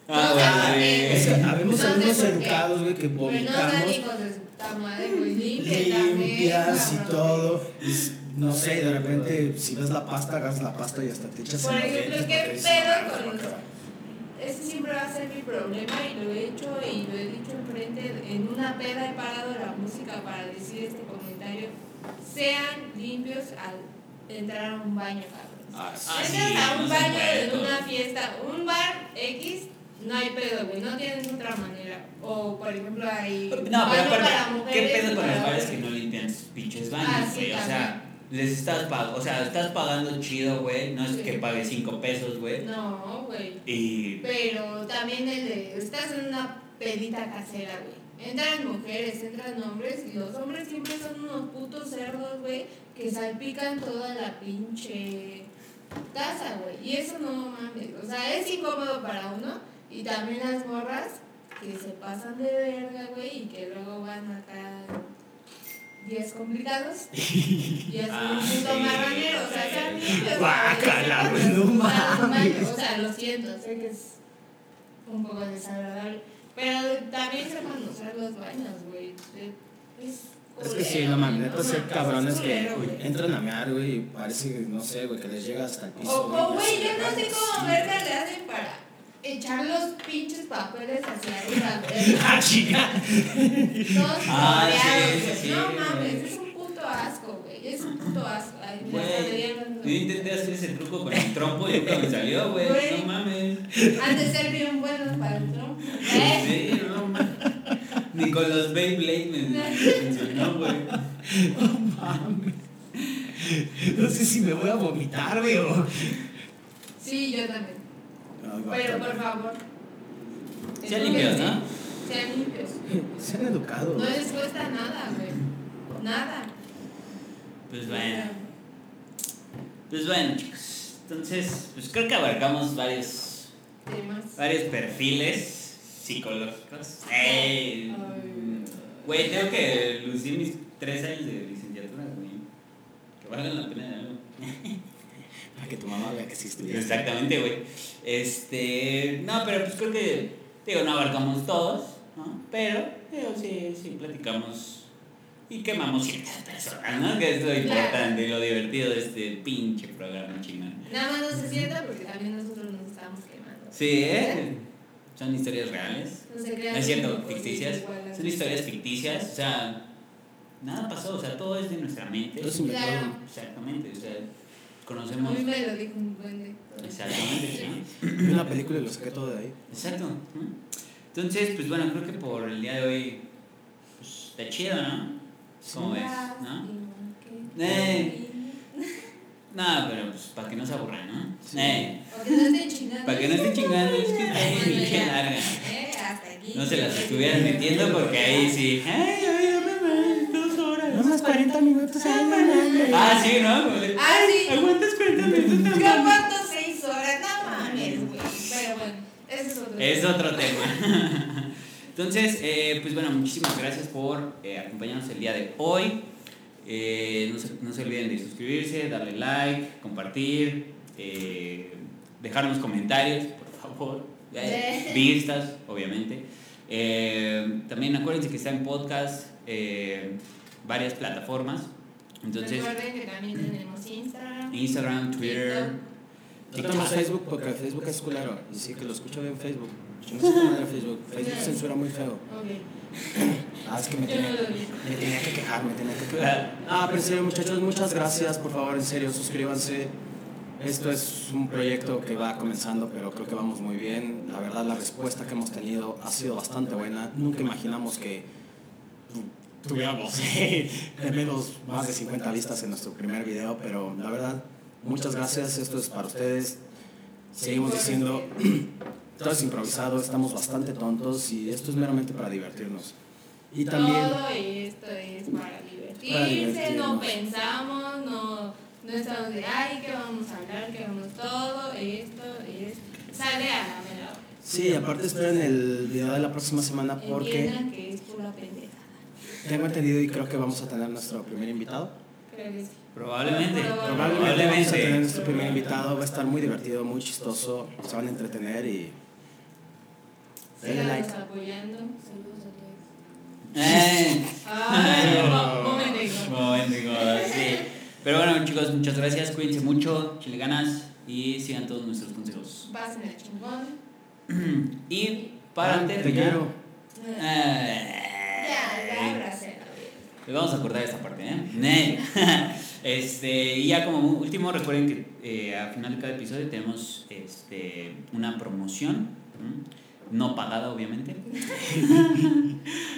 Ah, güey.
Es que
sí.
No
habemos
sé
algunos
por qué.
educados, güey, que
Pero no
vomitamos,
salimos pues, de su tamale, güey, limpia también,
limpias y
cabrón.
todo. y s- no sé, de repente, si ves la pasta, agarras la pasta y hasta te echas
Por
en los
ejemplo,
dientes
¿qué
porque dices,
pedo
"No,
con
no,
los-
cabrón".
Ese siempre va a ser mi problema y lo he hecho y lo he dicho enfrente. En una peda he parado la música para decir este comentario. Sean limpios al entrar a un baño, cabrón.
Ah, sí.
Ah, sí,
Entras a
no
un
se
baño
puede,
en
no.
una fiesta, un bar X, no hay pedo, güey. No tienen otra manera. O, por ejemplo, hay.
No, pero
baño
aparte,
para
¿qué
mujeres y
pedo con
para
los bares que
hombres?
no limpian sus pinches baños,
Ah, sí,
güey? o sea, les estás pagando, o sea, estás pagando chido, güey, no es
Sí.
que pagues 5 pesos, güey.
No, güey.
Y
Pero también el de, estás en una pedita casera, güey. Entran mujeres, entran hombres y los hombres siempre son unos putos cerdos, güey, que salpican toda la pinche taza, güey. Y eso no mames, o sea, es incómodo para uno y también las morras que se pasan de verga, güey, y que luego van acá días complicados y hacen
Ah,
un puto
sí.
marranero, o sea, sean limpios, güey.
Guácala, güey, no
Sean
mames.
humanos, O sea, lo siento, sé que es un poco desagradable. Pero también sepan usar los baños, güey. Es,
Es que sí,
culero,
no mames,
güey,
neta ser
mames,
cabrones
es
que
culero,
uy,
güey.
entran a mear, güey, y parece que, no sé, güey, que les llega hasta el
O,
piso.
o,
y
güey,
así,
yo no sé cómo
sí.
verga le hacen para echar los pinches papeles hacia arriba. güey.
Ah, chica.
Todos
Ah, sí,
floreados,
sí,
güey.
sí,
No
güey.
mames, es un puto asco, güey. Es un puto asco. Ay, me hasta me
Güey,
dieron-
yo Pues, intenté hacer ese truco con el trompo y nunca me salió, güey.
Güey. ¿Eh?
No mames.
Han de ser bien buenos para el trompo. ¿eh?
Sí, no mames. Ni con los Beyblade me me funcionó, güey.
No sé si me voy a vomitar, güey. o-
Sí, yo también.
Ay, va,
Pero
va.
por favor.
Sean limpios, ¿no?
Sean limpios.
Sean educados.
No les cuesta nada, güey. Nada.
Pues bueno, pues bueno, chicos. Entonces, pues creo que abarcamos varios
Temas.
varios perfiles psicológicos. Ey. Güey, tengo que lucir mis tres años de licenciatura, güey. Que valgan la pena, ¿no?
Para que tu mamá vea que sí estudiaste.
Exactamente, güey. Este, no, pero pues creo que, digo, no abarcamos todos, ¿no? Pero, digo, sí, sí, platicamos y quemamos ciertas personas, ¿no? Que es lo importante y lo divertido de este pinche programa chingón.
Nada más no se sienta porque también nosotros nos estamos quemando.
Sí, ¿eh? Son historias reales.
No se crean
No es cierto,
que-
ficticias.
igual a-
Son historias ficticias, o sea, nada pasó, o sea, todo es de nuestra mente.
Todo es inventado.
Claro.
Exactamente, o sea,
A
conocemos.
mí me lo dijo un duende.
Exactamente, ¿no?
Vi una película y lo saqué todo de ahí.
Exacto. ¿no? Entonces, pues bueno, creo que por el día de hoy pues, está chido, ¿no? ¿Cómo ves? ¿No? Eh. Nada, pero pues para que no se aburran, ¿no? Eh,
O que no estén chingando.
para que no estén chingando, es que está bien
Bueno,
pinche
ya.
larga.
Eh, hasta aquí.
No se las estuvieran metiendo porque ahí sí. ¡Ay, ay, ay, ay, dos horas!
más 40 minutos ahí,
Ah, sí, ¿no? Como le-
Ah, sí.
Aguantas 40 minutos.
Yo aguanto seis horas, no mames, güey. Pero bueno, ese es otro.
Es
tema.
otro tema. Entonces, eh, pues bueno, muchísimas gracias por eh, acompañarnos el día de hoy. Eh, no, se, no se olviden de suscribirse, darle like, compartir, eh, dejarnos comentarios, por favor. Eh,
Sí.
vistas, obviamente. Eh, también acuérdense que está en podcast, eh, varias plataformas. Entonces,
Recuerden que también tenemos Instagram.
Instagram, Twitter.
No tenemos Facebook porque Facebook es culero. Y sí, que lo escucho bien Facebook. Yo no sé cómo era Facebook. Facebook censura muy feo.
Ok,
Ah, es que me
yo no
tenía,
lo vi.
me tenía que quejar, me tenía que quejar. Ah, pero en serio, muchachos, muchas gracias. Por favor, en serio, suscríbanse. Esto es un proyecto que va comenzando, pero creo que vamos muy bien. La verdad, la respuesta que hemos tenido ha sido bastante buena. Nunca imaginamos que
tuviéramos de menos más de 50 vistas en nuestro primer video, pero la verdad, muchas gracias, esto es para ustedes. Seguimos diciendo, todo es improvisado, estamos bastante tontos y esto es meramente para divertirnos. Y también...
Todo esto es para divertirse,
Para divertirnos.
no pensamos, no, no estamos de, ay, que vamos a hablar, que vamos todo, esto es, sale a la mera hora.
Sí, aparte esperen el video de la próxima semana porque
Entiendan que es pura pendeja,
tengo entendido y creo que vamos a tener nuestro primer invitado.
creo que sí.
Probablemente.
Probablemente vamos a tener
Probablemente.
nuestro primer invitado, va a estar muy divertido, muy chistoso, se van a entretener y... Denle
Síganos
like.
apoyando, saludos a todos.
Eh.
Ay,
No.
mo- momentico.
Momentico, sí. Pero bueno, chicos, muchas gracias. Cuídense mucho, chile ganas y sigan todos nuestros consejos.
Pasen el chingón.
Y para
Ah, te
terminar, eh,
quiero.
Ya, ya abracé la vida.
Les vamos a cortar esta parte, ¿eh? Nel. este, y ya como último, recuerden que eh, al final de cada episodio tenemos este, una promoción, ¿m? no pagada obviamente,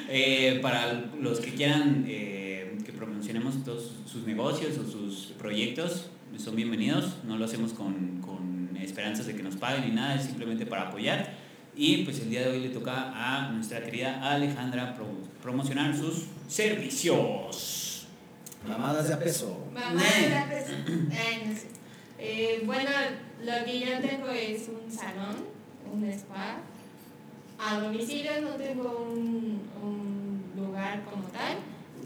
Eh, para los que quieran eh, que promocionemos todos sus negocios o sus proyectos, son bienvenidos, no lo hacemos con, con esperanzas de que nos paguen ni nada, es simplemente para apoyar. Y pues el día de hoy le toca a nuestra querida Alejandra pro- promocionar sus servicios.
Mamadas de a peso.
Mamá,
Nel.
gracias. Ay, no sé. Eh, bueno, lo que yo tengo es un salón, un spa. A domicilio no tengo un, un lugar como tal,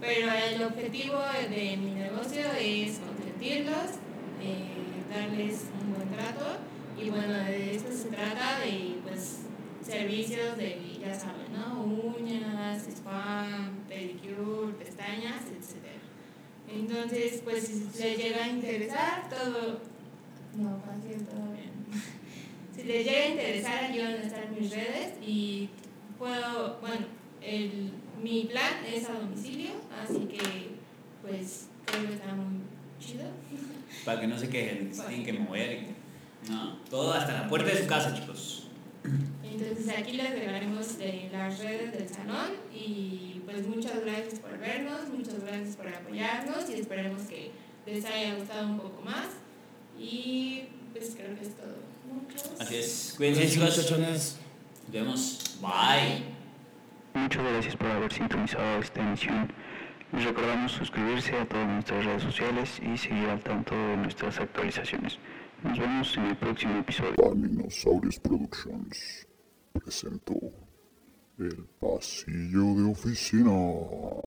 pero el objetivo de mi negocio es consentirlos, eh, darles un buen trato. Y bueno, de esto se trata de pues, servicios de, ya saben, ¿no? Uñas, spa, pedicure, pestañas, etcétera. Entonces, pues si les llega a interesar, todo. No, casi todo bien. si les llega a interesar, aquí van a estar mis redes y puedo. Bueno, el, mi plan es a domicilio, así que, pues, creo que está muy chido.
Para que no se quejen, se tienen que mover. y- No, todo hasta la puerta de su casa, chicos.
Entonces, aquí les dejaremos de las redes del salón y, pues, muchas gracias por vernos, muchas gracias por apoyarnos y esperemos que les haya gustado un poco más. Y, pues, creo que es todo. Muchas
Así es. Cuídense, chicos. Nos vemos. Bye.
Muchas gracias por haber sintonizado esta emisión. Les recordamos suscribirse a todas nuestras redes sociales y seguir al tanto de nuestras actualizaciones. Nos vemos en el próximo episodio.
Palinosaurios Productions presentó El Pasillo de Oficina.